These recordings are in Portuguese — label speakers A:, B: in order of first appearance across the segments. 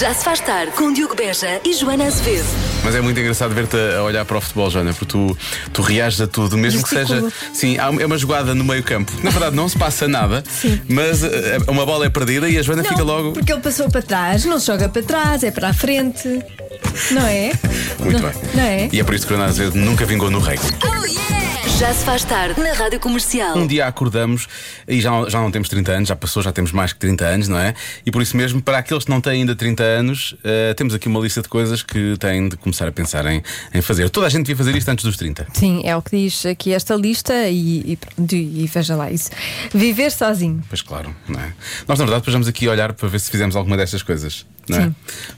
A: Já se faz tarde com Diogo Beja e Joana Azevedo.
B: Mas é muito engraçado ver-te a olhar para o futebol, Joana, porque tu, tu reages a tudo, mesmo que seja.
C: Gesticulo.
B: Sim, há- é uma jogada no meio campo. Na verdade, não se passa nada, mas eh, uma bola é perdida e a Joana
C: Não,
B: fica logo.
C: Porque ele passou para trás, não se joga para trás, é para a frente. Não é?
B: Muito
C: não-
B: bem.
C: não é?
B: E é por isso que o Ronaldo Azevedo nunca vingou no rei.
A: Oh, Já se faz tarde na Rádio Comercial.
B: Um dia acordamos e já, não- já não temos 30 anos, já passou, já temos mais que 30 anos, não é? E por isso mesmo, para aqueles que não têm ainda 30 anos, eh, temos aqui uma lista de coisas que têm de começar a pensar em, em fazer. Toda a gente devia fazer isto antes dos 30.
C: Sim, é o que diz aqui esta lista e, e pronto, e- e veja lá isso. Viver sozinho.
B: Pois claro, não é? Nós, na verdade, depois vamos aqui olhar para ver se fizemos alguma destas coisas, não é?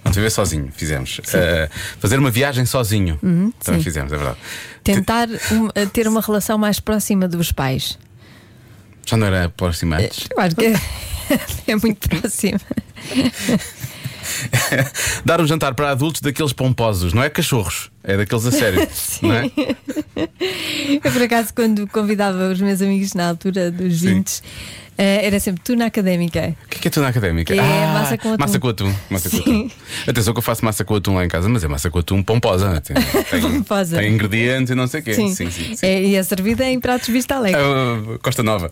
B: Vamos viver sozinho, fizemos. Eh, fazer uma viagem sozinho, também
C: sim.
B: fizemos, é verdade.
C: Tentar um- a ter uma relação mais próxima dos pais.
B: Já não era próximo antes?
C: Eu acho que é muito próxima.
B: Dar um jantar para adultos daqueles pomposos, não é cachorros, é daqueles a sério, não é?
C: Eu, por acaso, quando convidava os meus amigos na altura dos
B: Sim.
C: 20, eh, era sempre tu na académica.
B: O que é que é tuna académica?
C: Que é massa com atum.
B: Massa com atum. Massa com
C: Sim.
B: atum. Atenção que eu faço massa com atum lá em casa, mas é massa com atum pomposa. né? Tem, tem,
C: Pomposa.
B: tem ingredientes e não sei o quê. sim, sim. sim.
C: É, e é servida em pratos vista alegre.
B: Ah, Costa Nova.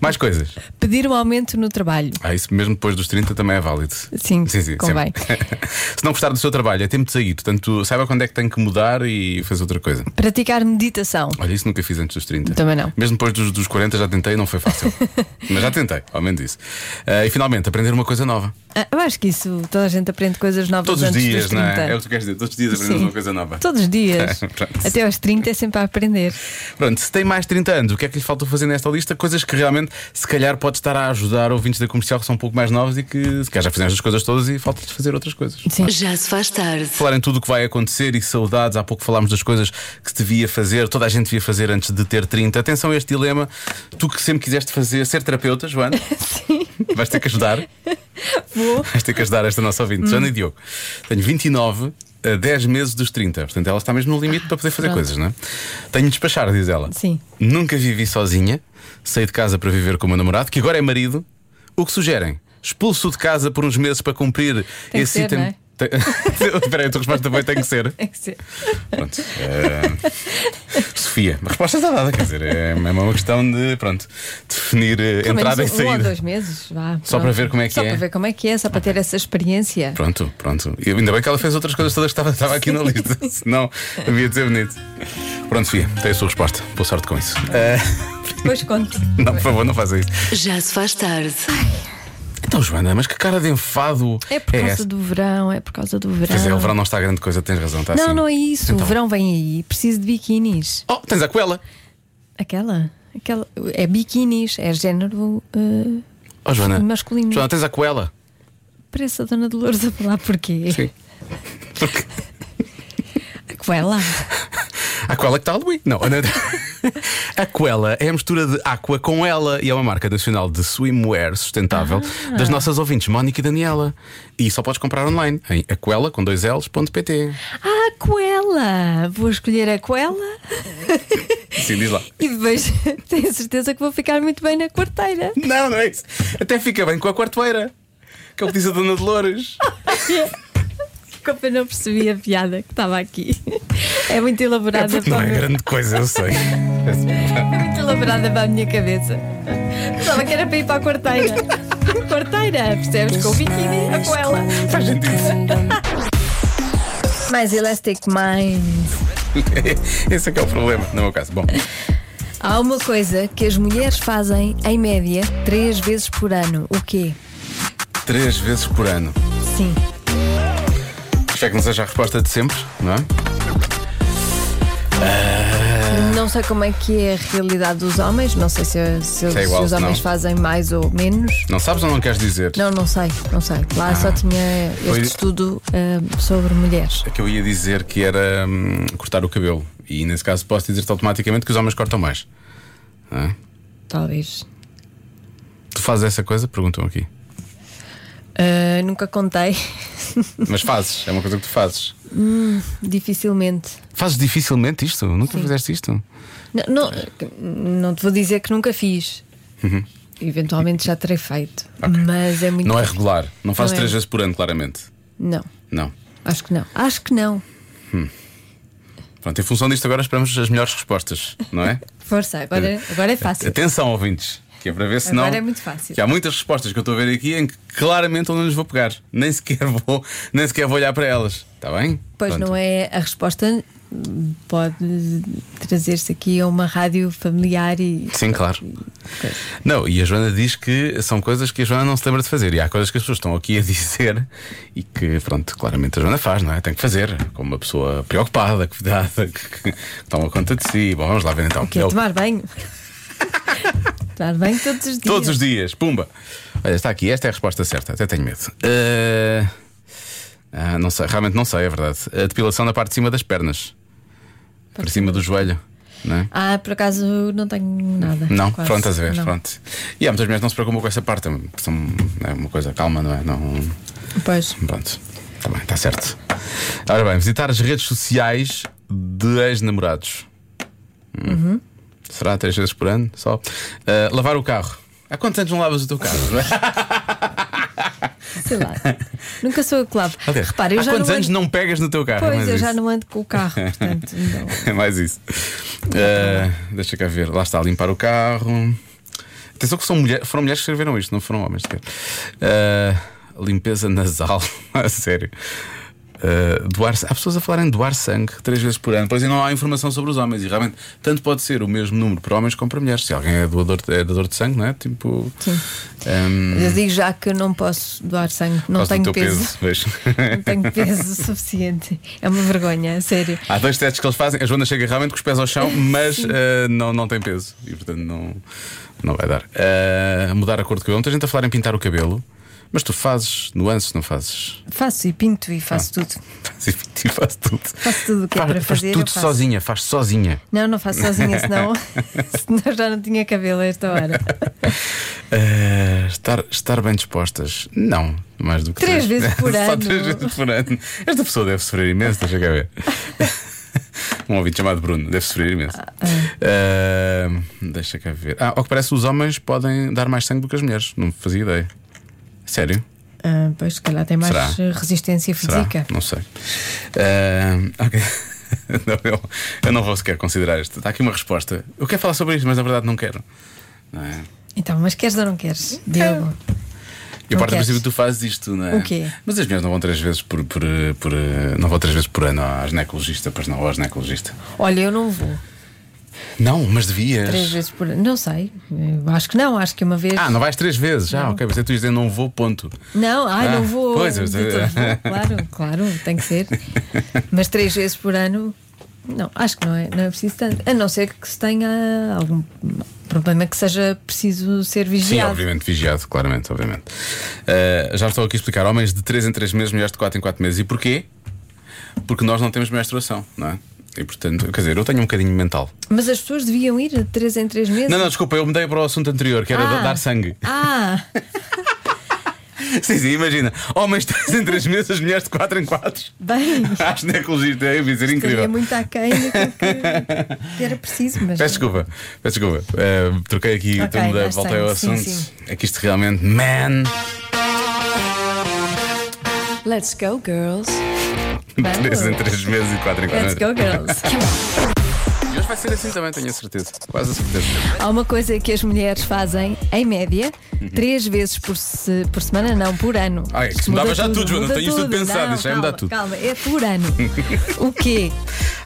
B: Mais coisas.
C: Pedir um aumento no trabalho.
B: Ah, isso mesmo depois dos 30 também é válido.
C: Sim, convém.
B: sempre. Se não gostar do seu trabalho, é tempo de sair. Portanto, saiba quando é que tem que mudar e fazer outra coisa.
C: Praticar meditação.
B: Olha, isso nunca fiz antes dos 30.
C: Também não.
B: Mesmo depois dos, dos 40 já tentei, não foi fácil. Mas já tentei, ao menos isso. Ah, e finalmente, aprender uma coisa nova.
C: Ah, eu acho que isso toda a gente aprende coisas novas
B: Todos os
C: antes
B: dias,
C: dos 30.
B: não é? É o que tu queres dizer. Todos os dias aprendemos
C: Sim.
B: uma coisa nova. É,
C: Todos os dias.
B: Pronto.
C: Até aos 30 é sempre a aprender.
B: Pronto, se tem mais de 30 anos, o que é que lhe falta fazer nesta lista? Coisas que realmente, se calhar, pode estar a ajudar ouvintes da comercial que são um pouco mais novos e que, se calhar, já fizeram estas coisas todas e falta-lhes fazer outras coisas.
C: Sim.
A: Já se faz tarde.
B: Falar em tudo o que vai acontecer e saudades, há pouco falámos das coisas que se devia fazer, toda a gente devia fazer antes de ter 30. Atenção a este dilema, tu que sempre quiseste fazer, ser terapeuta, Joana,
C: Sim.
B: vais ter que ajudar.
C: Vou.
B: Vais ter que ajudar esta nossa ouvinte, Joana e
C: Hum.
B: Diogo. Tenho 29 a 10 meses dos 30, portanto ela está mesmo no limite para poder fazer
C: Ah, Pronto.
B: coisas, não é? Tenho de despachar, diz ela.
C: Sim.
B: Nunca vivi sozinha, saí de casa para viver com o meu namorado, que agora é marido. O que sugerem? Expulso de casa por uns meses para cumprir
C: que
B: esse
C: ser,
B: item.
C: não é?
B: Tem- Espera aí, a tua resposta também tem que ser.
C: É que ser.
B: Pronto. Eh, Sofia, a resposta está dada, quer dizer, é, é uma questão de, pronto, definir eh,
C: Pelo menos
B: entrada
C: um,
B: e
C: um ou
B: saída.
C: dois meses, vá.
B: Só
C: pronto.
B: para ver como é que
C: Só
B: é.
C: para ver como é que é, só para ter essa experiência.
B: Pronto, pronto. E ainda bem que ela fez outras coisas todas que estava, estava aqui na lista, senão havia de ser bonito. Pronto, Sofia, tem a sua resposta. Boa sorte com isso. Eh,
C: Depois conto.
B: não, por favor, não faça isso.
A: Já se faz tarde.
B: Então, Joana, mas que cara de enfado
C: É por causa
B: essa?
C: do verão, é por causa do verão.
B: Pois é, o verão não está grande coisa, tens razão, está
C: Não,
B: assim.
C: não é isso.
B: Então.
C: O verão vem aí. Preciso de biquinis.
B: Oh, tens a coela.
C: Aquela. Aquela. É biquinis, é género. eh,
B: Oh, Joana.
C: Masculino.
B: Joana, tens a coela.
C: Parece a Dona Dolores a falar porquê.
B: Sim.
C: Coela.
B: A Aquela que está a Luís. Não, não. a Aquela é a mistura de Aqua com ela e é uma marca nacional de swimwear sustentável das nossas ouvintes, Mónica e Daniela. E só podes comprar online em aquela com dois L's.pt.
C: Ah, coela! Vou escolher a coela
B: Sim, diz lá.
C: e depois tenho certeza que vou ficar muito bem na quarteira.
B: Não, não é isso. Até fica bem com a quarteira. Que é o que diz a Dona Dolores.
C: Como eu não percebi a piada que estava aqui. É muito
B: É
C: elaborada
B: porque
C: para
B: não
C: o
B: é
C: meu-
B: grande coisa, eu sei.
C: é muito elaborada para a minha cabeça. Pensava que era para ir para a quarteira. quarteira, percebes? Com o biquíni, a coela.
B: Faz sentido.
C: Mais Elastic Minds.
B: Esse é que é o problema, no meu caso. Bom,
C: Há uma coisa que as mulheres fazem, em média, três vezes por ano. O quê?
B: três vezes por ano.
C: Sim.
B: Espero que não seja a resposta de sempre, não é?
C: Não sei como é que é a realidade dos homens, não sei se, se-
B: Se é igual,
C: se os
B: se
C: homens
B: não.
C: fazem mais ou menos.
B: Não sabes ou não queres dizer?
C: Não, não sei, não sei. Lá só tinha este
B: Ah. Foi-
C: estudo ah, sobre mulheres.
B: É que eu ia dizer que era hum, cortar o cabelo. E nesse caso posso dizer-te automaticamente que os homens cortam mais. Não é?
C: Talvez.
B: Tu fazes essa coisa? Perguntam aqui.
C: Ah, nunca contei,
B: Mas fazes, é uma coisa que tu fazes.
C: dificilmente.
B: Fazes dificilmente isto? Nunca fizeste isto?
C: Não, não, não te vou dizer que nunca fiz. eventualmente já terei feito. Mas é muito.
B: Uhum. Não é regular. Não fazes
C: Não é.
B: três vezes por ano, claramente.
C: Não,
B: Não.
C: acho que não. Acho que não.
B: Pronto, em função disto, agora esperamos as melhores respostas, não é?
C: Força, agora, agora é fácil.
B: Atenção, ouvintes. Que é para ver se não.
C: Agora é muito fácil.
B: Que há muitas respostas que eu estou a ver aqui em que claramente eu não lhes vou pegar. Nem sequer vou, nem sequer vou olhar para elas. Está bem?
C: Pois não é a resposta hum, pode trazer-se aqui a uma rádio familiar e
B: Sim, claro. Não, e a Joana diz que são coisas que a Joana não se lembra de fazer. E há coisas que as pessoas estão aqui a dizer e que, pronto, claramente a Joana faz, não é? Tem que fazer, como uma pessoa preocupada, cuidada, que, que toma conta de si. Bom, vamos lá ver então.
C: que é
B: É o-
C: tomar banho. tomar banho todos os dias.
B: Todos os dias, pumba. Olha, está aqui, esta é a resposta certa, até tenho medo. Eh, ah, não sei, realmente não sei, é verdade. A depilação na parte de cima das pernas, para cima do joelho, não é?
C: Ah, por acaso não tenho nada.
B: Não,
C: quase.
B: pronto, às vezes,
C: Não.
B: pronto. E há muitas mulheres que não se preocupam com essa parte, são, é uma coisa calma, não é? Não,
C: Pois.
B: pronto, está bem, está certo. Ora bem, visitar as redes sociais de ex-namorados. Hum.
C: Uhum.
B: Será três vezes por ano só? Eh, lavar o carro. Há quantos anos não é? lavas o teu carro?
C: Sei lá. Nunca sou a que lavo.
B: Aliás,
C: Repara, eu
B: há
C: já
B: quantos
C: não
B: anos
C: ando...
B: não pegas no teu carro? É
C: Pois,
B: mais
C: eu já
B: isso.
C: não ando com o carro, portanto. não.
B: É mais isso. Uh, deixa cá ver. Lá está, limpar o carro. Atenção que são mulher- foram mulheres que escreveram isto, não foram homens sequer. Uh, limpeza nasal, a sério. Uh, doar, há pessoas a falarem de doar sangue três vezes por ano, pois e não há informação sobre os homens. E realmente, tanto pode ser o mesmo número para homens como para mulheres. Se alguém é doador, é doador de sangue, não é? Tipo.
C: Sim.
B: um,
C: Eu digo já que eu não posso doar sangue, não
B: gosto do
C: tenho
B: teu
C: peso.
B: pois.
C: Não tenho peso suficiente. É uma vergonha, a sério.
B: Há dois testes que eles fazem. A Joana chega realmente com os pés ao chão, mas eh, não, não tem peso. E portanto não, não vai dar. Eh, mudar a cor de cabelo. Muita gente a falar em pintar o cabelo. Mas tu fazes nuances, não fazes?
C: Faço e pinto e faço
B: Ah.
C: tudo.
B: Fazes e fazes tudo.
C: Faço tudo o que é
B: Faz-
C: para
B: faz
C: fazer, eu
B: tudo
C: faço.
B: sozinha, faz sozinha.
C: Não, não faço sozinha, senão, senão já não tinha cabelo a esta hora.
B: Eh, estar, estar bem dispostas? Não, mais do que
C: Três vezes por
B: Só
C: ano.
B: três vezes por ano. Esta pessoa deve sofrer imenso, deixa cá ver. Um ouvinte chamado Bruno deve sofrer imenso.
C: Ah,
B: Eh, deixa cá ver. Ah, ao que parece, os homens podem dar mais sangue do que as mulheres. Não fazia ideia. Sério?
C: Ah, pois, se calhar tem mais
B: Será?
C: eh, resistência
B: Será?
C: física.
B: Não sei. Eh, ok. Não, eu, eu não vou sequer considerar isto. Está aqui uma resposta. Eu quero falar sobre isto, mas na verdade não quero. Não é?
C: Então, mas queres ou não queres? Diogo.
B: Eu
C: Não
B: parto do
C: queres?
B: princípio que tu fazes isto, não é?
C: O quê?
B: Mas as minhas não vão três vezes por, por, por, eh, não vão três vezes por ano à ginecologista, pois não, ou à ginecologista.
C: Olha, eu não vou.
B: Não, mas devias.
C: Três vezes por ano. Não sei. Eu acho que não, acho que uma vez.
B: Ah, não vais três vezes. Ah, ok, você tu dizes não vou, ponto.
C: Não, ai,
B: Ah,
C: não vou.
B: pois, eu
C: de
B: sei.
C: todo vou. Claro, claro, tem que ser. Mas três vezes por ano, não, acho que não é, não é preciso tanto. A não ser que se tenha algum problema que seja preciso ser
B: Sim,
C: vigiado.
B: obviamente, vigiado, claramente, obviamente. Eh, já estou aqui a explicar homens de três em três meses, mulheres de quatro em quatro meses. E porquê? Porque nós não temos menstruação, não é? E portanto, quer dizer, eu tenho um bocadinho mental.
C: Mas as pessoas deviam ir de três em três meses.
B: Não, não, desculpa, eu mudei para o assunto anterior, que era
C: Ah.
B: dar sangue.
C: Ah,
B: Sim, sim, imagina. Homens de 3 em 3 meses, mulheres de 4 em 4.
C: bem.
B: À ginecologista, é ia ser
C: Seria
B: incrível.
C: muito aquém daquilo que, que era preciso, mas.
B: Peço desculpa, peço desculpa. Eh, troquei aqui,
C: Ok,
B: então mudei,
C: já
B: voltei
C: sei.
B: ao
C: Sim,
B: assunto.
C: sim.
B: É que isto realmente, man,
A: Let's go, girls.
B: 3 em 3 meses e 4 em 4 meses.
C: Let's go, girls.
B: E hoje vai ser assim também, tenho a certeza. Quase a certeza.
C: Há uma coisa que as mulheres fazem, em média, três vezes por, se- por semana, não, por ano.
B: Uhum. Ah, é que
C: Isto
B: se mudava
C: muda
B: já tudo, Joana,
C: muda
B: tenho isto tudo pensado,
C: Não,
B: isto já me dá
C: calma,
B: tudo.
C: Calma, é por ano. o quê?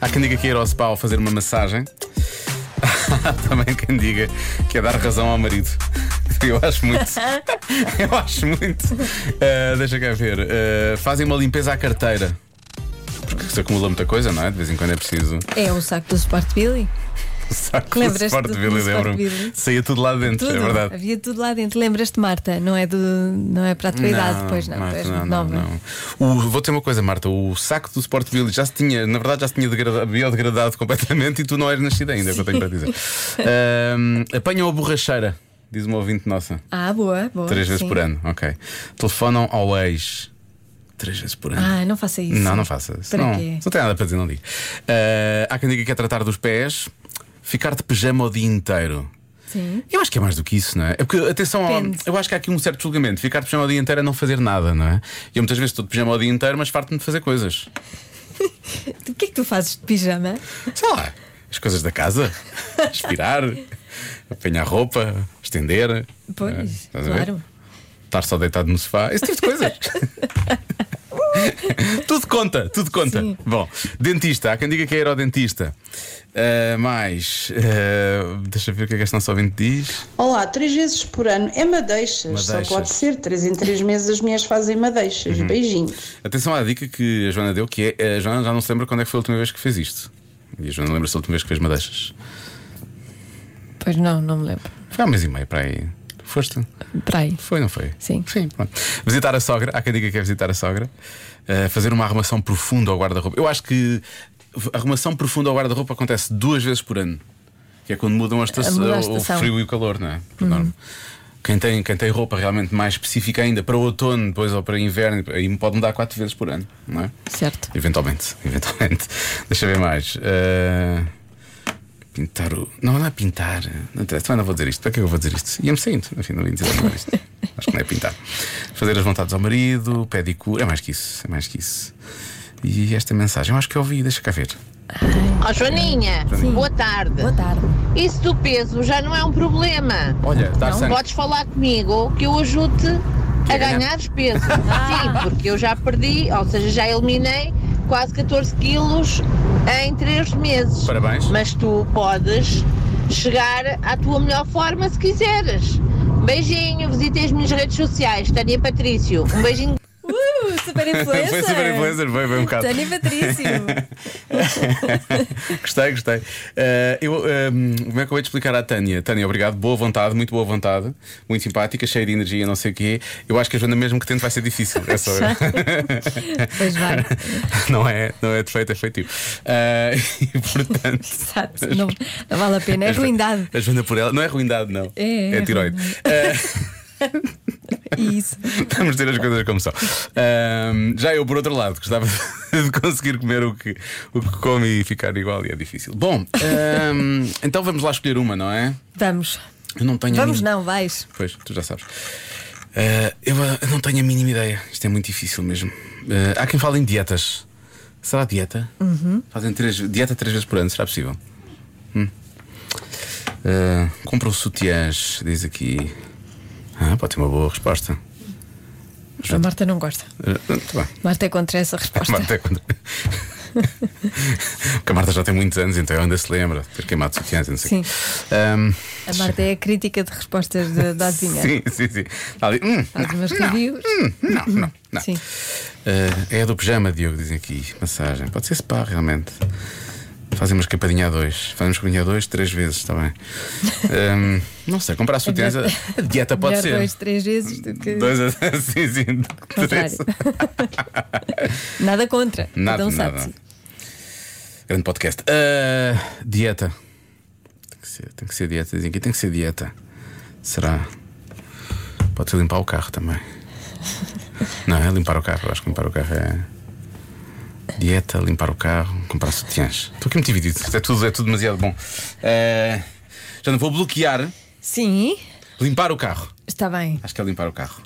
B: Há quem diga que é ir ao spa ou fazer uma massagem. Há também quem diga que é dar razão ao marido. Eu acho muito. Eu acho muito. Ah, deixa cá ver. Ah, fazem uma limpeza à carteira. Porque se acumula muita coisa, não é? De vez em quando é preciso.
C: É o saco do Sport Billy?
B: Saco
C: Lembras-te
B: do Sport
C: do- do
B: Billy,
C: Sport
B: lembro-me.
C: Billy?
B: Saía tudo lá dentro,
C: Tudo.
B: é verdade.
C: Havia tudo lá dentro. Lembras-te, Marta? Não é, do, não é para a tua idade, pois não,
B: Marta,
C: pois
B: não, não,
C: nova.
B: não. O- vou ter uma coisa, Marta. O saco do Sport Village já se tinha, na verdade, já se tinha degrada- biodegradado completamente e tu não eras nascida ainda, é o que eu tenho para dizer. Ahm, apanham a borracheira, diz uma ouvinte nossa.
C: Ah, boa, boa.
B: Três vezes
C: sim.
B: por ano, ok. Telefonam ao ex. Três vezes por ano.
C: Ah, não faça isso.
B: Não, não faça. Se
C: Para
B: não,
C: quê?
B: se não tem nada para dizer, não diga. Ah, há quem diga que é tratar dos pés, ficar de pijama o dia inteiro.
C: Sim.
B: Eu acho que é mais do que isso, não é? É porque, atenção, ao-
C: Depende.
B: eu acho que há aqui um certo julgamento. Ficar de pijama o dia inteiro é não fazer nada, não é? Eu muitas vezes estou de pijama o dia inteiro, mas farto-me de fazer coisas.
C: O que é que tu fazes de pijama?
B: Sei lá, as coisas da casa, aspirar, apanhar roupa, estender. não é?
C: Pois,
B: Estás a ver?
C: claro.
B: Estar só deitado no sofá, esse tipo de coisas. tudo conta, tudo conta.
C: Sim.
B: Bom, dentista, há quem diga que é ir ao dentista. Ah, mais, ah, deixa eu ver o que é que este nosso ouvinte diz.
D: Olá, três vezes por ano é madeixas,
B: Madeixas.
D: só pode ser, três em três meses as mulheres fazem madeixas, beijinhos.
B: Atenção à dica que a Joana deu, que é a Joana já não se lembra quando é que foi a última vez que fez isto. E a Joana lembra-se da última vez que fez madeixas.
C: Pois não, não me lembro.
B: Foi há um mês e meio para aí. Foste?
C: Para aí.
B: Foi, não foi?
C: Sim.
B: Sim, pronto. Visitar a sogra, há quem diga que é visitar a sogra. Uh, fazer uma arrumação profunda ao guarda-roupa. Eu acho que arrumação profunda ao guarda-roupa acontece duas vezes por ano. Que é quando mudam a estação,
C: muda a
B: o
C: estação. Uhum.
B: frio e o calor, não é? Por norma. Quem tem, quem tem roupa realmente mais específica ainda para outono, depois ou para inverno, aí pode mudar quatro vezes por ano, não é?
C: Certo.
B: Eventualmente, eventualmente. Deixa eu ver mais. Ah, pintar o. Não, não é pintar. Não interessa, também não vou dizer isto. Para que é que eu vou dizer isto? Ia-me saindo. Enfim, não ia dizer nada disto. Acho que não é pintar. Fazer as vontades ao marido, pedicure. É mais que isso. É mais que isso. E esta mensagem, eu acho que eu ouvi. Deixa cá ver.
E: Ó Joaninha, boa tarde.
C: Boa tarde.
E: Isso do peso já não é um problema.
B: Olha, dar sangue.
E: Podes falar comigo que eu ajude
B: Quer
E: a
B: ganhar?
E: ganhar peso. Sim, porque eu já perdi, ou seja, já eliminei quase 14 quilos em 3 meses.
B: Parabéns.
E: Mas tu podes chegar à tua melhor forma se quiseres. Beijinho, visitem as minhas redes sociais, Tânia Patrício. Um beijinho
C: Uh, super influencer.
B: Foi super influencer, foi, foi um bocado.
C: Tânia Patrício.
B: gostei, gostei. Ah, eu, ah, como é que eu vou te explicar à Tânia? Tânia, obrigado, boa vontade, muito boa vontade, muito simpática, cheia de energia, não sei o quê. Eu acho que a Joana, mesmo que tente, vai ser difícil. É só eu.
C: Pois vai.
B: não é, não é defeito, é feitiço. Ah, e portanto.
C: Exato. Não, não vale a pena. É
B: a Jo-
C: ruindade.
B: A Joana por ela. Não é ruindade, não.
C: É, é
B: é tiroide. Ah,
C: Isso.
B: Vamos ter as coisas como são. Ahm, já eu, por outro lado, gostava de conseguir comer o que, o que come e ficar igual, e é difícil. Bom, ahm, então vamos lá escolher uma, não é?
C: Vamos.
B: Eu não tenho. a
C: Vamos,
B: mínima-
C: não, vais.
B: Pois, tu já sabes. Ah, eu, ah, eu não tenho a mínima ideia. Isto é muito difícil mesmo. Ah, há quem fale em dietas. Será dieta? Fazem três, dieta três vezes por ano, será possível? Hum. Ah, compram sutiãs, diz aqui. Ah, pode ter uma boa resposta.
C: A Marta não gosta.
B: Ah, muito bem.
C: Marta é contra essa resposta.
B: Marta é contra- Porque a Marta já tem muitos anos, então ainda se lembra de ter queimado sutiãs, e não sei. o quê. Ahm,
C: A Marta é a crítica de respostas de- da adivinha.
B: sim, sim, sim. Está ali. hum,
C: Faz umas
B: não,
C: reviews.
B: hum, não, não, não.
C: Sim.
B: Ah, é a do pijama, Diogo, dizem aqui. Massagem. Pode ser spa, realmente. Fazemos capadinha a dois. Fazemos capadinha a dois três vezes, está bem. Ahm, não sei, comprar sutiãs. A a dieta pode
C: Melhor
B: ser.
C: dois, três vezes do que.
B: Dois a- sim, sim.
C: contrário.
B: Três.
C: Nada contra.
B: Nada,
C: Cada um
B: nada.
C: sabe.
B: Grande podcast. Ah, dieta. Tem que, ser, tem que ser dieta. Dizem aqui, tem que ser dieta. Será? Pode ser limpar o carro também. Não, é limpar o carro. Eu acho que limpar o carro é. Dieta, limpar o carro, comprar sutiãs. Estou aqui muito dividido. É tudo, é tudo demasiado bom. Ah, já não vou bloquear.
C: Sim,
B: Limpar o carro.
C: está bem.
B: Acho que é limpar o carro.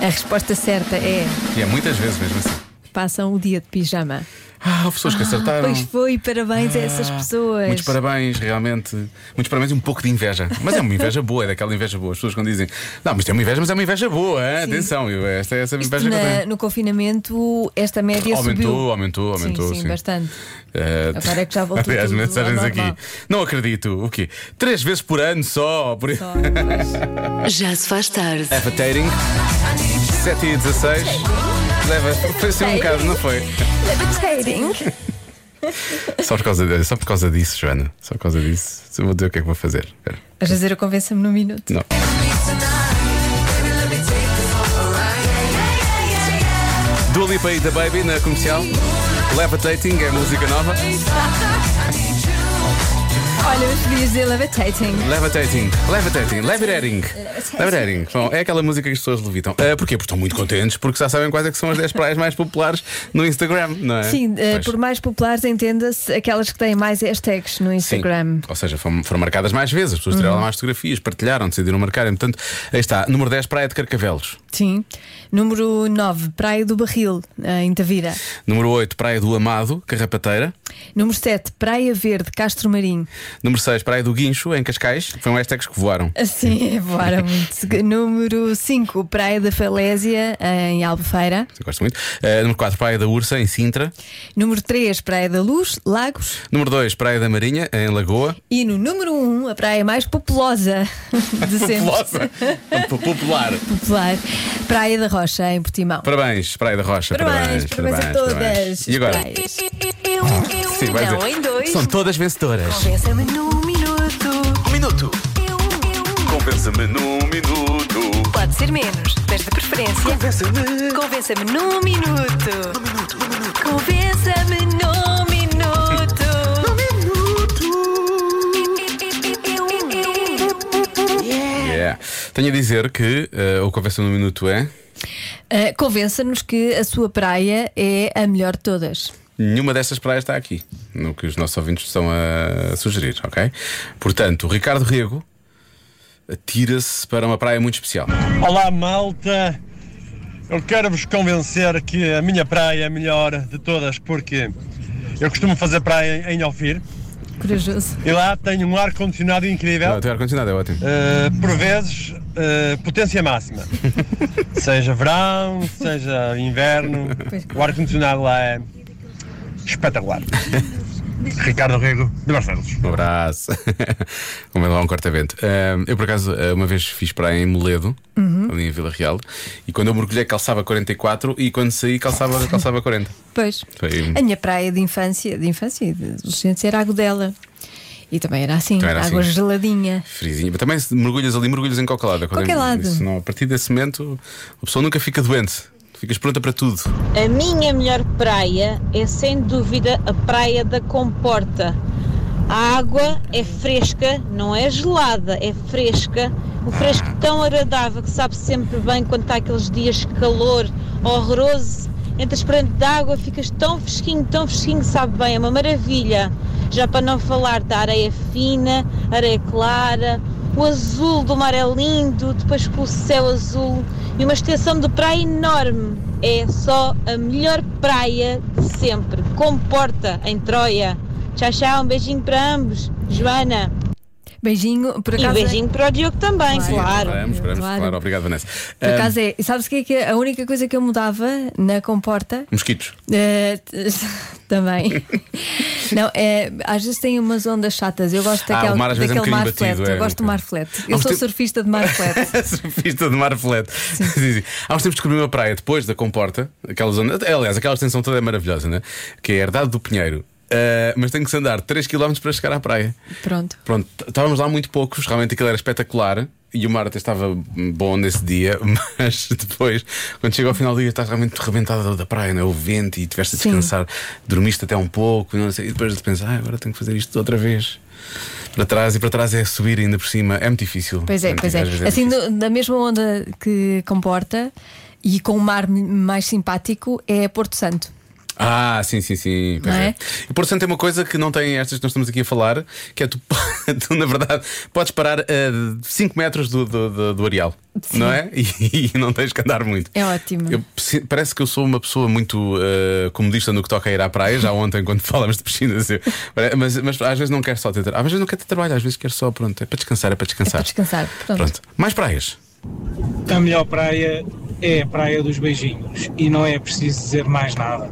C: A resposta certa é:
B: E é muitas vezes mesmo assim.
C: passam o dia de pijama.
B: Ah, houve pessoas que acertaram.
C: Pois foi, parabéns a essas
B: Ah,
C: pessoas.
B: Muitos parabéns, realmente. Muitos parabéns e um pouco de inveja. Mas é uma inveja boa, é daquela inveja boa. As pessoas quando dizem, não, mas tem uma inveja, mas é uma inveja boa, hein?
C: Sim.
B: atenção, eu- esta é essa
C: Isto
B: inveja que eu
C: na-
B: tenho.
C: no confinamento, esta média
B: Aumentou,
C: subiu.
B: aumentou, aumentou.
C: sim, sim, bastante.
B: Eh,
C: Agora é que já voltou
B: Aliás,
C: tudo ao
B: mensagens aqui.
C: normal.
B: Não acredito. O quê? Três vezes por ano só. Por...
C: Só.
A: Já se faz tarde.
B: Levitating. 7 e 16. Leva. Foi assim um bocado, não foi? Só por causa, de- só por causa disso, Joana. Só por causa disso. Eu vou dizer o que é que vou fazer. Espera.
C: Às vezes eu convenço-me num minuto.
B: Não. Dua Lipa e The Baby na comercial. Levitating é música nova.
C: Olha, eu escolhi dizer levitating.
B: Levitating, levitating, levitating.
C: Levitating.
B: Levitating. Bom, é aquela música que as pessoas levitam. Ah, porquê? Porque estão muito contentes, porque já sabem quais é que são as 10 praias mais populares no Instagram, não é?
C: Sim, eh,
B: Pois.
C: por mais populares entenda-se aquelas que têm mais hashtags no
B: Sim.
C: Instagram. Uhum.
B: Ou seja, foram, foram marcadas mais vezes, as pessoas tiraram mais fotografias, partilharam, decidiram marcar. Portanto, aí está, número 10, Praia de Carcavelos.
C: Sim. Número 9, Praia do Barril, eh, em Tavira.
B: Número 8, Praia do Amado, Carrapateira.
C: Número 7, Praia Verde, Castro Marim.
B: Número 6, Praia do Guincho, em Cascais. Foram hashtags que voaram.
C: Assim, é voar muito. Número 5, Praia da Falésia, eh, em Albufeira.
B: Eu gosto muito. Ah, número 4, Praia da Ursa, em Sintra.
C: Número 3, Praia da Luz, Lagos.
B: Número 2, Praia da Marinha, em Lagoa.
C: E no número 1, a praia mais populosa de sempre.
B: Populosa. Popular.
C: Popular. Praia da Rocha, em Portimão.
B: Parabéns, Praia da Rocha.
C: Parabéns, parabéns a todas. então,
B: parabéns. E agora? Ah,
C: Praia.
A: Eu, eu,
B: Sim, vai
A: não,
B: dizer,
A: em dois.
B: São todas vencedoras.
A: Convença-me num minuto.
B: Um minuto.
A: Eu, eu,
B: Convença-me num minuto.
A: pode ser menos, mas de preferência.
B: Convença-me.
A: Convença-me num minuto. Convença-me num minuto. Num minuto.
B: Yeah. Tenho a dizer que eh, o Convença-me num minuto é.
C: Ah, Convença-nos que a sua praia é a melhor de todas.
B: Nenhuma destas praias está aqui, no que os nossos ouvintes estão a sugerir, ok? Portanto, o Ricardo Rego atira-se para uma praia muito especial.
F: Olá malta, eu quero vos convencer que a minha praia é a melhor de todas porque eu costumo fazer praia em Alfir
C: Corajoso.
F: e lá tenho um ar-condicionado incrível,
B: Não, o teu ar-condicionado é ótimo.
F: eh, por vezes eh, potência máxima, seja verão, seja inverno,
C: Pois.
F: o ar-condicionado lá é espetacular. Ricardo Rego de Barcelos.
B: Um abraço. Como é lá um corta-vento. Ahm, eu, por acaso, ah, uma vez fiz praia em Moledo,
C: Uhum.
B: ali em Vila Real, e quando eu mergulhei calçava 44 e quando saí calçava, calçava 40.
C: Pois.
B: Foi- um-
C: A minha praia de infância, de infância e de adolescência era a Godela. E também era assim,
B: Também era
C: água
B: assim.
C: geladinha.
B: Frizinho. Mas também se mergulhas ali, mergulhas em qualquer lado.
C: Qualquer lado.
B: Isso não- a partir desse momento, a pessoa nunca fica doente. Ficas pronta para tudo.
G: A minha melhor praia é sem dúvida a Praia da Comporta. A água é fresca, não é gelada, é fresca. O fresco tão agradável que sabe sempre bem quando está aqueles dias de calor horroroso. Entras para dentro de água, ficas tão fresquinho, tão fresquinho, sabe bem, é uma maravilha. Já para não falar da areia fina, areia clara, o azul do mar é lindo, depois com o céu azul e uma extensão de praia enorme. É só a melhor praia de sempre. Comporta, em Troia. Tchau, tchau. Um beijinho para ambos. Joana.
C: Beijinho, por
G: E um
C: acaso. é-
G: beijinho para o Diogo também,
C: Claro.
G: claro.
B: Esperamos, esperamos,
C: Claro.
B: claro. Obrigado, Vanessa.
C: Por
B: Ahm,
C: acaso é. E sabes o que é que é a única coisa que eu mudava na comporta?
B: Mosquitos.
C: Eh, t- também. Não, é, às vezes tem umas ondas chatas. Eu gosto
B: Ah,
C: daquele,
B: o mar às vezes é um
C: daquele mar
B: bocadinho batido,
C: flat.
B: é,
C: eu gosto do
B: ok.
C: mar flat.
B: Há
C: Eu
B: uns
C: sou
B: tempos-
C: surfista de mar flat.
B: Surfista de mar flat. Sim, sim. Há uns tempos descobri uma praia depois da Comporta, aquela zona. é, Aliás, aquela extensão toda é maravilhosa, né? Que é a herdade do Pinheiro. Ah, mas tenho que se andar 3 km para chegar à praia.
C: Pronto.
B: Pronto, t- estávamos lá muito poucos, realmente aquilo era espetacular. E o mar até estava bom nesse dia, mas depois, quando chega ao final do dia, estás realmente arrebentado da praia, não é? o vento e tiveste a
C: Sim.
B: descansar, dormiste até um pouco, não sei, e depois de pensar, ah, agora tenho que fazer isto outra vez para trás, e para trás é subir ainda por cima, é muito difícil.
C: Pois é,
B: muito,
C: pois é.
B: às vezes
C: Assim,
B: difícil.
C: do- da mesma onda que comporta e com o mar m- mais simpático é Porto Santo.
B: Ah, sim, sim, sim. Pois
C: Não é?
B: é. E portanto tem uma coisa que não tem estas que nós estamos aqui a falar, que é tu, tu, na verdade, podes parar a 5 metros do, do, do, do areal, não é? E, e não tens que andar muito.
C: É ótimo.
B: Eu se- parece que eu sou uma pessoa muito eh, comodista no que toca a ir à praia, já ontem quando falámos de piscinas, eu- mas, mas às vezes não quero só ter tra- às vezes não quero ter trabalho, às vezes quero só, pronto, é para descansar, é para
C: É para
B: descansar.
C: descansar. Pronto.
B: Pronto, mais praias.
H: A melhor praia é a praia dos beijinhos e não é preciso dizer mais nada.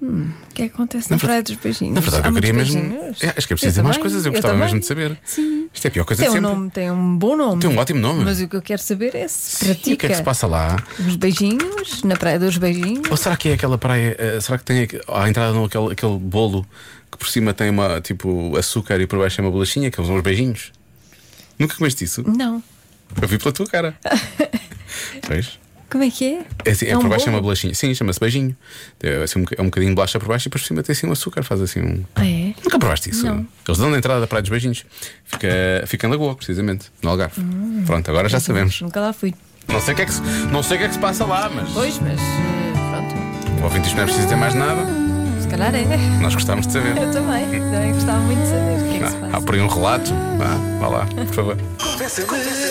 C: O que é que acontece na, Praia dos Beijinhos?
B: Na verdade,
C: Há
B: eu queria
C: muitos
B: mesmo.
C: beijinhos?
B: É, acho que é preciso dizer mais
C: também,
B: coisas, eu
C: eu
B: gostava
C: também.
B: mesmo de saber.
C: Sim.
B: Isto é a pior coisa
C: Tem
B: de
C: um,
B: sempre.
C: nome, tem um bom nome.
B: Tem um ótimo nome.
C: Mas o que eu quero saber é se
B: Sim,
C: pratica
B: o que é que se passa lá?
C: os beijinhos na Praia dos Beijinhos.
B: Ou será que é aquela praia? eh, será que tem aqu- à entrada não aquele, aquele bolo que por cima tem uma tipo açúcar e por baixo é uma bolachinha, que são uns beijinhos? Nunca comeste isso?
C: Não.
B: Eu vi pela tua cara. pois.
C: Como é que é?
B: É, assim, é
C: um
B: por baixo é uma
C: bolo?
B: é bolachinha. Sim, chama-se beijinho. É assim, um, boca- é um bocadinho de bolacha por baixo e por cima tem assim um açúcar, faz assim um.
C: Ah, é?
B: Nunca provaste isso? Eles dão na entrada da Praia dos Beijinhos. Fica, fica em Lagoa, precisamente, no Algarve.
C: Hum.
B: Pronto, agora já sabemos.
C: Nunca lá fui.
B: Não sei o que é que se, não sei o que é que se passa lá, mas
C: Pois, mas eh, pronto.
B: o ouvinte não é preciso dizer mais nada.
C: Se calhar é.
B: Nós gostávamos de saber.
C: Eu também. Também gostava muito de saber o que é que se
B: Ah, há
C: passa.
B: por aí um relato. Vá, vá lá, por favor.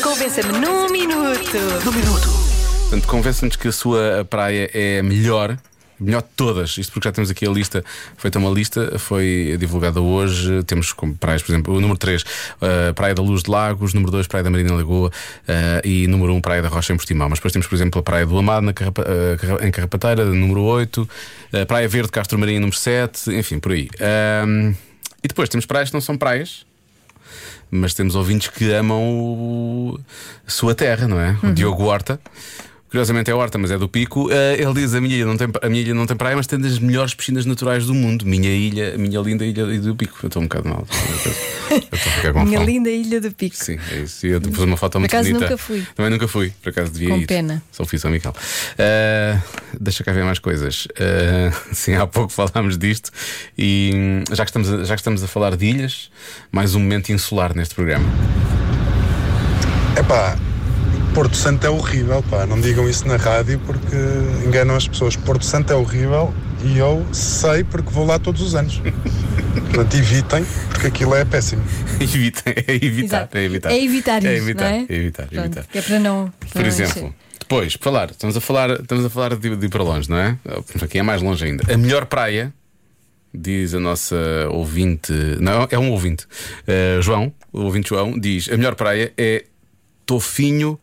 A: Convença-me num minuto.
B: Portanto, convença-nos que a sua praia é a melhor. a Melhor de todas, isto porque já temos aqui a lista, feita uma lista, foi divulgada hoje. Temos como praias, por exemplo, o número 3, Praia da Luz de Lagos, número 2, Praia da Marina em Lagoa eh, e número 1, Praia da Rocha em Portimão. Mas depois temos, por exemplo, a Praia do Amado na Carrapa- eh, Carra- em Carrapateira, número 8, eh, Praia Verde Castro Marinho, número 7, enfim, por aí. Ahm, e depois temos praias que não são praias, mas temos ouvintes que amam o- a sua terra, não é?
C: Uhum.
B: O Diogo Horta. Curiosamente é Horta, mas é do Pico. Eh, ele diz: a minha, ilha não tem, a minha ilha não tem praia, mas tem das melhores piscinas naturais do mundo. Minha ilha, a minha linda ilha do Pico. Eu estou um bocado mal. Eu estou a ficar com
C: Minha
B: fome.
C: linda Ilha do Pico.
B: Sim, é isso. E eu pus uma foto muito
C: acaso
B: bonita.
C: nunca fui.
B: Também nunca fui, por acaso devia
C: Com
B: ir.
C: pena.
B: Só fui São Miguel. Ah, deixa cá ver mais coisas. Ah, sim, há pouco falámos disto e hum, já que, estamos a, já que estamos a falar de ilhas, mais um momento insular neste programa.
I: Epá, Porto Santo é horrível, pá. Não digam isso na rádio porque enganam as pessoas. Porto Santo é horrível e eu sei porque vou lá todos os anos. Portanto, evitem, porque aquilo é péssimo.
B: Evitem, é evitar,
C: Exato.
B: é evitar.
C: É evitar isso,
B: É evitar,
C: não é?
B: é evitar,
C: Pronto,
B: evitar.
C: Que é para não. para
B: Por
C: não
B: exemplo,
C: encher.
B: depois, por falar, estamos a falar, estamos a falar de, de ir para longe, não é? Aqui é mais longe ainda. A melhor praia, diz a nossa ouvinte, não, é um ouvinte, eh, João, o ouvinte João, diz: a melhor praia é Tofinho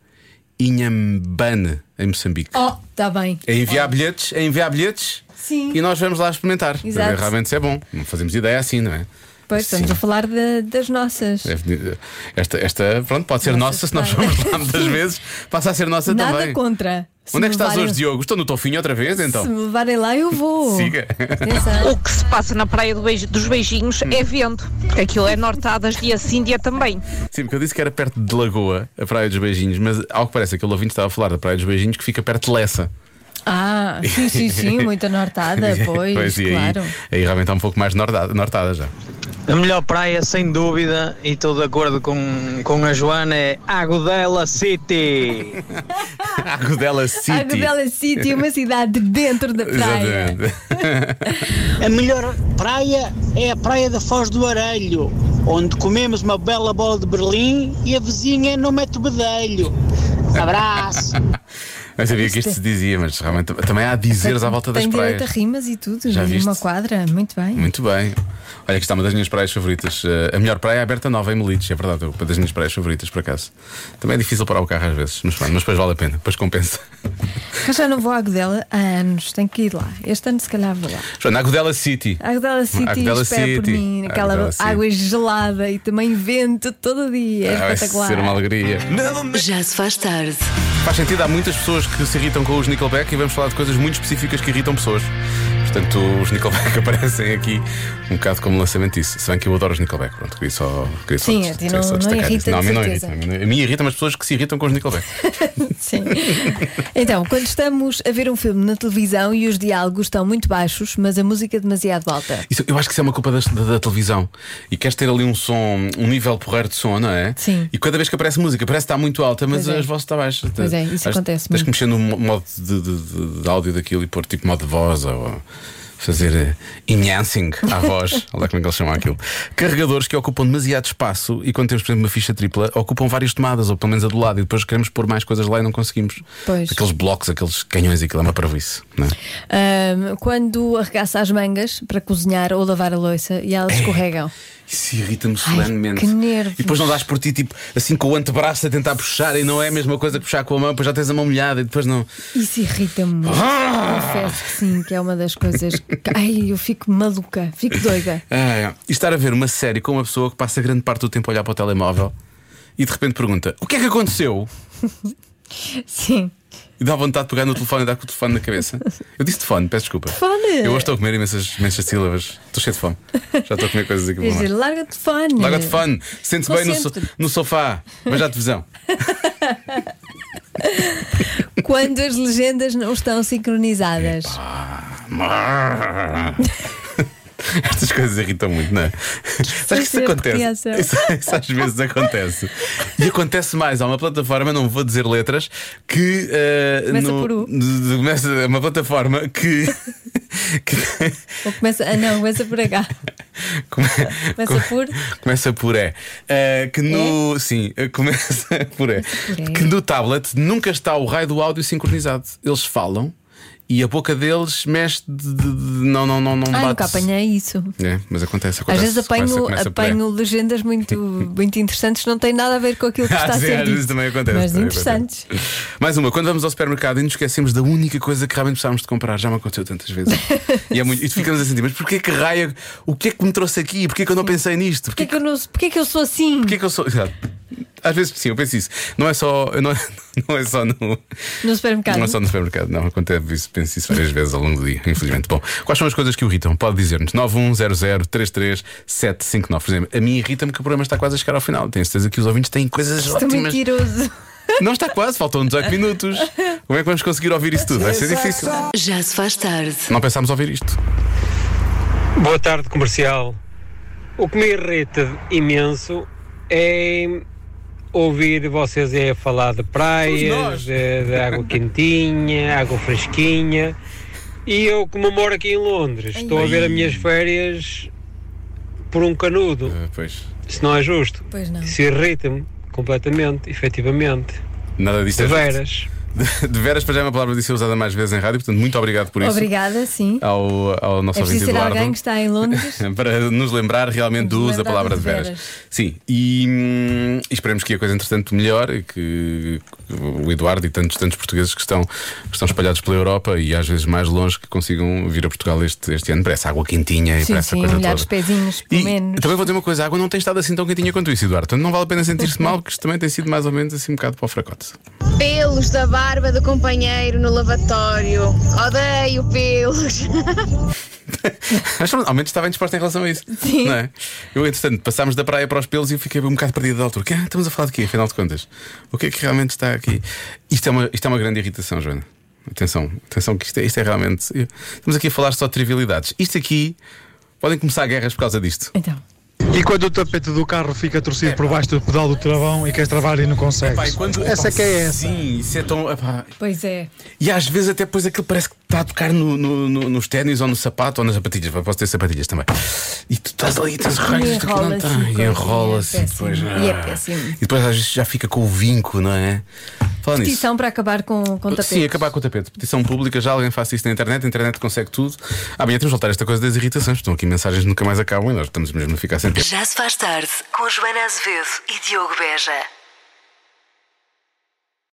B: Inhambane, em Moçambique.
C: Oh, está bem.
B: É enviar bilhetes, é enviar bilhetes.
C: Sim.
B: E nós vamos lá experimentar.
C: Exato.
B: Para ver realmente se é bom. Não fazemos ideia assim, não é?
C: Pois,
B: Sim.
C: estamos a falar da- das nossas.
B: Deve- É Esta, esta, pronto, pode ser nossa,
C: Nossa,
B: se nós
C: claro.
B: vamos lá muitas vezes, passa a ser nossa
C: Nada
B: também.
C: contra. Se
B: Onde é que
C: me
B: estás
C: levarem-
B: hoje, Diogo? Estou no Tofinho outra vez,
C: Se
B: então?
C: me levarem lá, eu vou.
B: Siga.
C: Atenção.
J: O que se passa na Praia do Beijo- dos Beijinhos é vento, porque aquilo é nortadas dia sim, dia também.
B: Sim, porque eu disse que era perto de Lagoa, a Praia dos Beijinhos, mas ao que parece, aquele ouvinte estava a falar da Praia dos Beijinhos que fica perto de Lessa.
C: Ah, sim, sim, sim, muito nortada, Ah, pois,
B: e aí,
C: claro.
B: aí realmente está um pouco mais nortada, nortada já.
K: A melhor praia, sem dúvida, e estou de acordo com, com a Joana, é Agudela City.
B: Agudela City.
C: A Agudela City, uma cidade dentro da praia.
B: Exatamente.
K: A melhor praia é a praia da Foz do Arelho, onde comemos uma bela bola de Berlim e a vizinha não mete o bedelho. Abraço!
B: Não sabia que isto se dizia, mas realmente também há dizeres à volta das
C: é Tem
B: praias.
C: direito a rimas e tudo,
B: Já
C: e
B: viste?
C: uma quadra, muito bem.
B: Muito bem. Olha, aqui está uma das minhas praias favoritas. Eh, a melhor praia é aberta nova em Melides, é verdade. é Uma das minhas praias favoritas, por acaso. Também é difícil parar o carro às vezes, mas, pronto, mas depois vale a pena, depois compensa.
C: Eu já não vou à Agudela há anos, tenho que ir lá. Este ano se calhar vou lá.
B: Joana, Agudela City.
C: A Agudela City
B: Agudela
C: espera por
B: City.
C: mim, aquela
B: Agudela City.
C: água gelada e também vento todo dia, é
B: Ah, vai
C: espetacular.
B: ser uma alegria.
A: Já se faz tarde.
B: Faz sentido, há muitas pessoas que se irritam com os Nickelback e vamos falar de coisas muito específicas que irritam pessoas. Portanto, os Nickelback aparecem aqui um bocado como lançamento disso. Se bem que eu adoro os Nickelback, pronto, queria só, queria só,
C: Sim,
B: dest-
C: a ti
B: queria
C: não-
B: só
C: não
B: destacar
C: irrita,
B: isso. Não, a mim
C: de
B: não
C: certeza.
B: irrita. A mim não- a mim irritam as pessoas que se irritam com os Nickelback.
C: Sim. Então, quando estamos a ver um filme na televisão e os diálogos estão muito baixos, mas a música é demasiado alta.
B: Isso- eu acho que isso é uma culpa das- da, da televisão. E queres ter ali um som, um nível porreiro de som, não é?
C: Sim.
B: E cada vez que aparece música, parece que está muito alta, mas
C: Pois é.
B: as vozes está baixa.
C: Pois é, isso
B: Tens-
C: acontece
B: Tens
C: muito.
B: que mexer no mo- modo de, de- de- de áudio daquilo e pôr tipo modo de voz ou. Fazer eh, enhancing à voz, olha lá como é que eles chamam aquilo. Carregadores que ocupam demasiado espaço e quando temos, por exemplo, uma ficha tripla, ocupam várias tomadas, ou pelo menos a do lado, e depois queremos pôr mais coisas lá e não conseguimos.
C: Pois.
B: Aqueles blocos, aqueles canhões, aquilo é uma parvoíce, não é?
C: Ahm, quando arregaça as mangas para cozinhar ou lavar a louça e
B: É.
C: elas escorregam.
B: Isso irrita-me
C: Ai,
B: solenemente.
C: que nervos.
B: E depois não dás por ti, tipo, assim com o antebraço a tentar puxar e não é a mesma coisa que puxar com a mão, depois já tens a mão molhada e depois não.
C: Isso irrita-me muito.
B: Ah!
C: Confesso que sim, que é uma das coisas que. Ai, eu fico maluca, fico doida.
B: Ah, é. E estar a ver uma série com uma pessoa que passa grande parte do tempo a olhar para o telemóvel e de repente pergunta: O que é que aconteceu?
C: Sim.
B: E dá vontade de pegar no telefone e dar com o telefone na cabeça. Eu disse telefone, peço desculpa.
C: Telefone.
B: Eu hoje estou a comer imensas, imensas sílabas. Estou cheio de fome. Já estou a comer coisas aqui.
C: Quer dizer, larga de fone.
B: Larga de fone, sente-se bem no, so-
C: Concentre-te.
B: no sofá, veja a televisão.
C: Quando as legendas não estão sincronizadas.
B: Estas coisas irritam muito, não é? Sabes que isso
C: Fazer
B: acontece?
C: recriação.
B: Isso, isso às vezes acontece. E acontece mais. Há uma plataforma, não vou dizer letras, que. eh,
C: Começa
B: no-
C: por U.
B: de- de- começa- é uma plataforma que.
C: Ou começa. Ah, não, começa por H.
B: come-
C: É. Começa por. É?
B: Começa por E. Eh, que no. Sim, eh, começa por E.
C: por E.
B: Que no tablet nunca está o raio do áudio sincronizado. Eles falam e a boca deles mexe. De, de- de- não, não, não, não
C: Ah,
B: bate.
C: nunca apanhei isso.
B: É, mas acontece,
C: Às
B: acontece.
C: vezes
B: Começa-
C: apanho,
B: começa por E.
C: apanho legendas muito, muito interessantes, não tem nada a ver com aquilo que está a
B: Às vezes-
C: ser
B: às vezes
C: dito,
B: também acontece.
C: Mas
B: também
C: interessantes.
B: acontece. Mais uma, quando vamos ao supermercado e nos esquecemos da única coisa que realmente precisávamos de comprar, já me aconteceu tantas vezes. e, é muito, e ficamos a sentir, mas porquê que raia? O que é que me trouxe aqui? Porquê que eu não pensei nisto?
C: Porquê que, eu não, porquê que eu sou assim?
B: Porquê que eu sou. Exato. Às vezes sim, eu penso isso. Não é só, não é, não é só no.
C: No supermercado.
B: Não é só no supermercado, não. Acontece isso, penso isso várias vezes ao longo do dia, infelizmente. Bom, quais são as coisas que o irritam? Pode dizer-nos 910033759. Por exemplo, a mim irrita-me que o programa está quase a chegar ao final. Tenho certeza que os ouvintes têm coisas
C: Estou
B: ótimas.
C: mentiroso.
B: Não está quase, faltam 18 minutos. Como é que vamos conseguir ouvir isso tudo? Vai ser difícil.
A: Já se faz tarde.
B: Não pensámos ouvir isto.
L: Boa tarde, comercial. O que me irrita imenso é ouvir vocês a falar de praias, de, de água quentinha, água fresquinha. E eu, como moro aqui em Londres, estou a ver as minhas férias por um canudo.
B: Eh, pois.
L: Isso não é justo.
C: Pois não.
L: Isso irrita-me completamente, efetivamente.
B: Nada disso. é
L: De
B: justo.
L: veras.
B: De, de veras, para já é uma palavra de ser usada mais vezes em rádio, portanto, muito obrigado por isso. Ah,
C: Obrigada, sim.
B: Ao, ao nosso ouvinte
C: é preciso ser
B: Eduardo.
C: alguém que está em Londres.
B: para nos lembrar realmente do uso
C: Nos
B: da
C: lembrar
B: palavra de
C: de
B: veras.
C: veras.
B: Sim, e, hum, e esperemos que a coisa entretanto melhore e que o Eduardo e tantos, tantos portugueses que estão, que estão espalhados pela Europa e às vezes mais longe que consigam vir a Portugal este, este ano. Parece água quentinha e
C: sim,
B: parece
C: sim, um
B: a coisa
C: olhar os
B: toda. então-
C: pezinhos, pelo menos.
B: Também vou dizer uma coisa, a água não tem estado assim tão quentinha quanto isso, Eduardo. Portanto, não vale a pena sentir-se mal, porque isto também tem sido mais ou menos assim um bocado para o fracote.
M: Pelos da barba do companheiro no lavatório. Odeio pelos.
B: Mas pronto, ao menos estava indisposta em relação a isso. Sim. Não é? Eu, entretanto, passámos da praia para os pelos e eu fiquei um bocado perdido da altura. Que, ah, estamos a falar de quê, afinal de contas? O que é que realmente está aqui? Isto é uma, isto é uma grande irritação, Joana. Atenção, atenção, que isto é, isto é realmente. Estamos aqui a falar só de trivialidades. Isto aqui. Podem começar guerras por causa disto.
C: Então.
N: E quando o tapete do carro fica torcido por baixo do pedal do travão e queres travar e não consegues. Essa é que é essa.
B: Sim, isso é tão. epá,
C: Pois é.
B: E às vezes até depois aquilo parece que está a tocar no- no- no- nos ténis ou no sapato ou nas sapatilhas. Posso ter sapatilhas também. E tu estás ali, estás
C: E
B: arranjas, aquilo não
C: enrola-se
B: está.
C: e coisa,
B: E
C: e é
B: enrola-se e depois.
C: péssimo. E é
B: ah.
C: péssimo.
B: E depois às vezes já fica com o vinco, não é? Falando nisso.
C: Petição para acabar com, com tapetes.
B: Sim, acabar com o tapete. Petição pública, já alguém faça isso na internet, a internet consegue tudo. Ah, Amanhã temos de voltar a esta coisa das irritações, estão aqui mensagens que nunca mais acabam e nós estamos mesmo a ficar sem tempo.
A: Já se faz tarde com Joana Azevedo e Diogo Beja.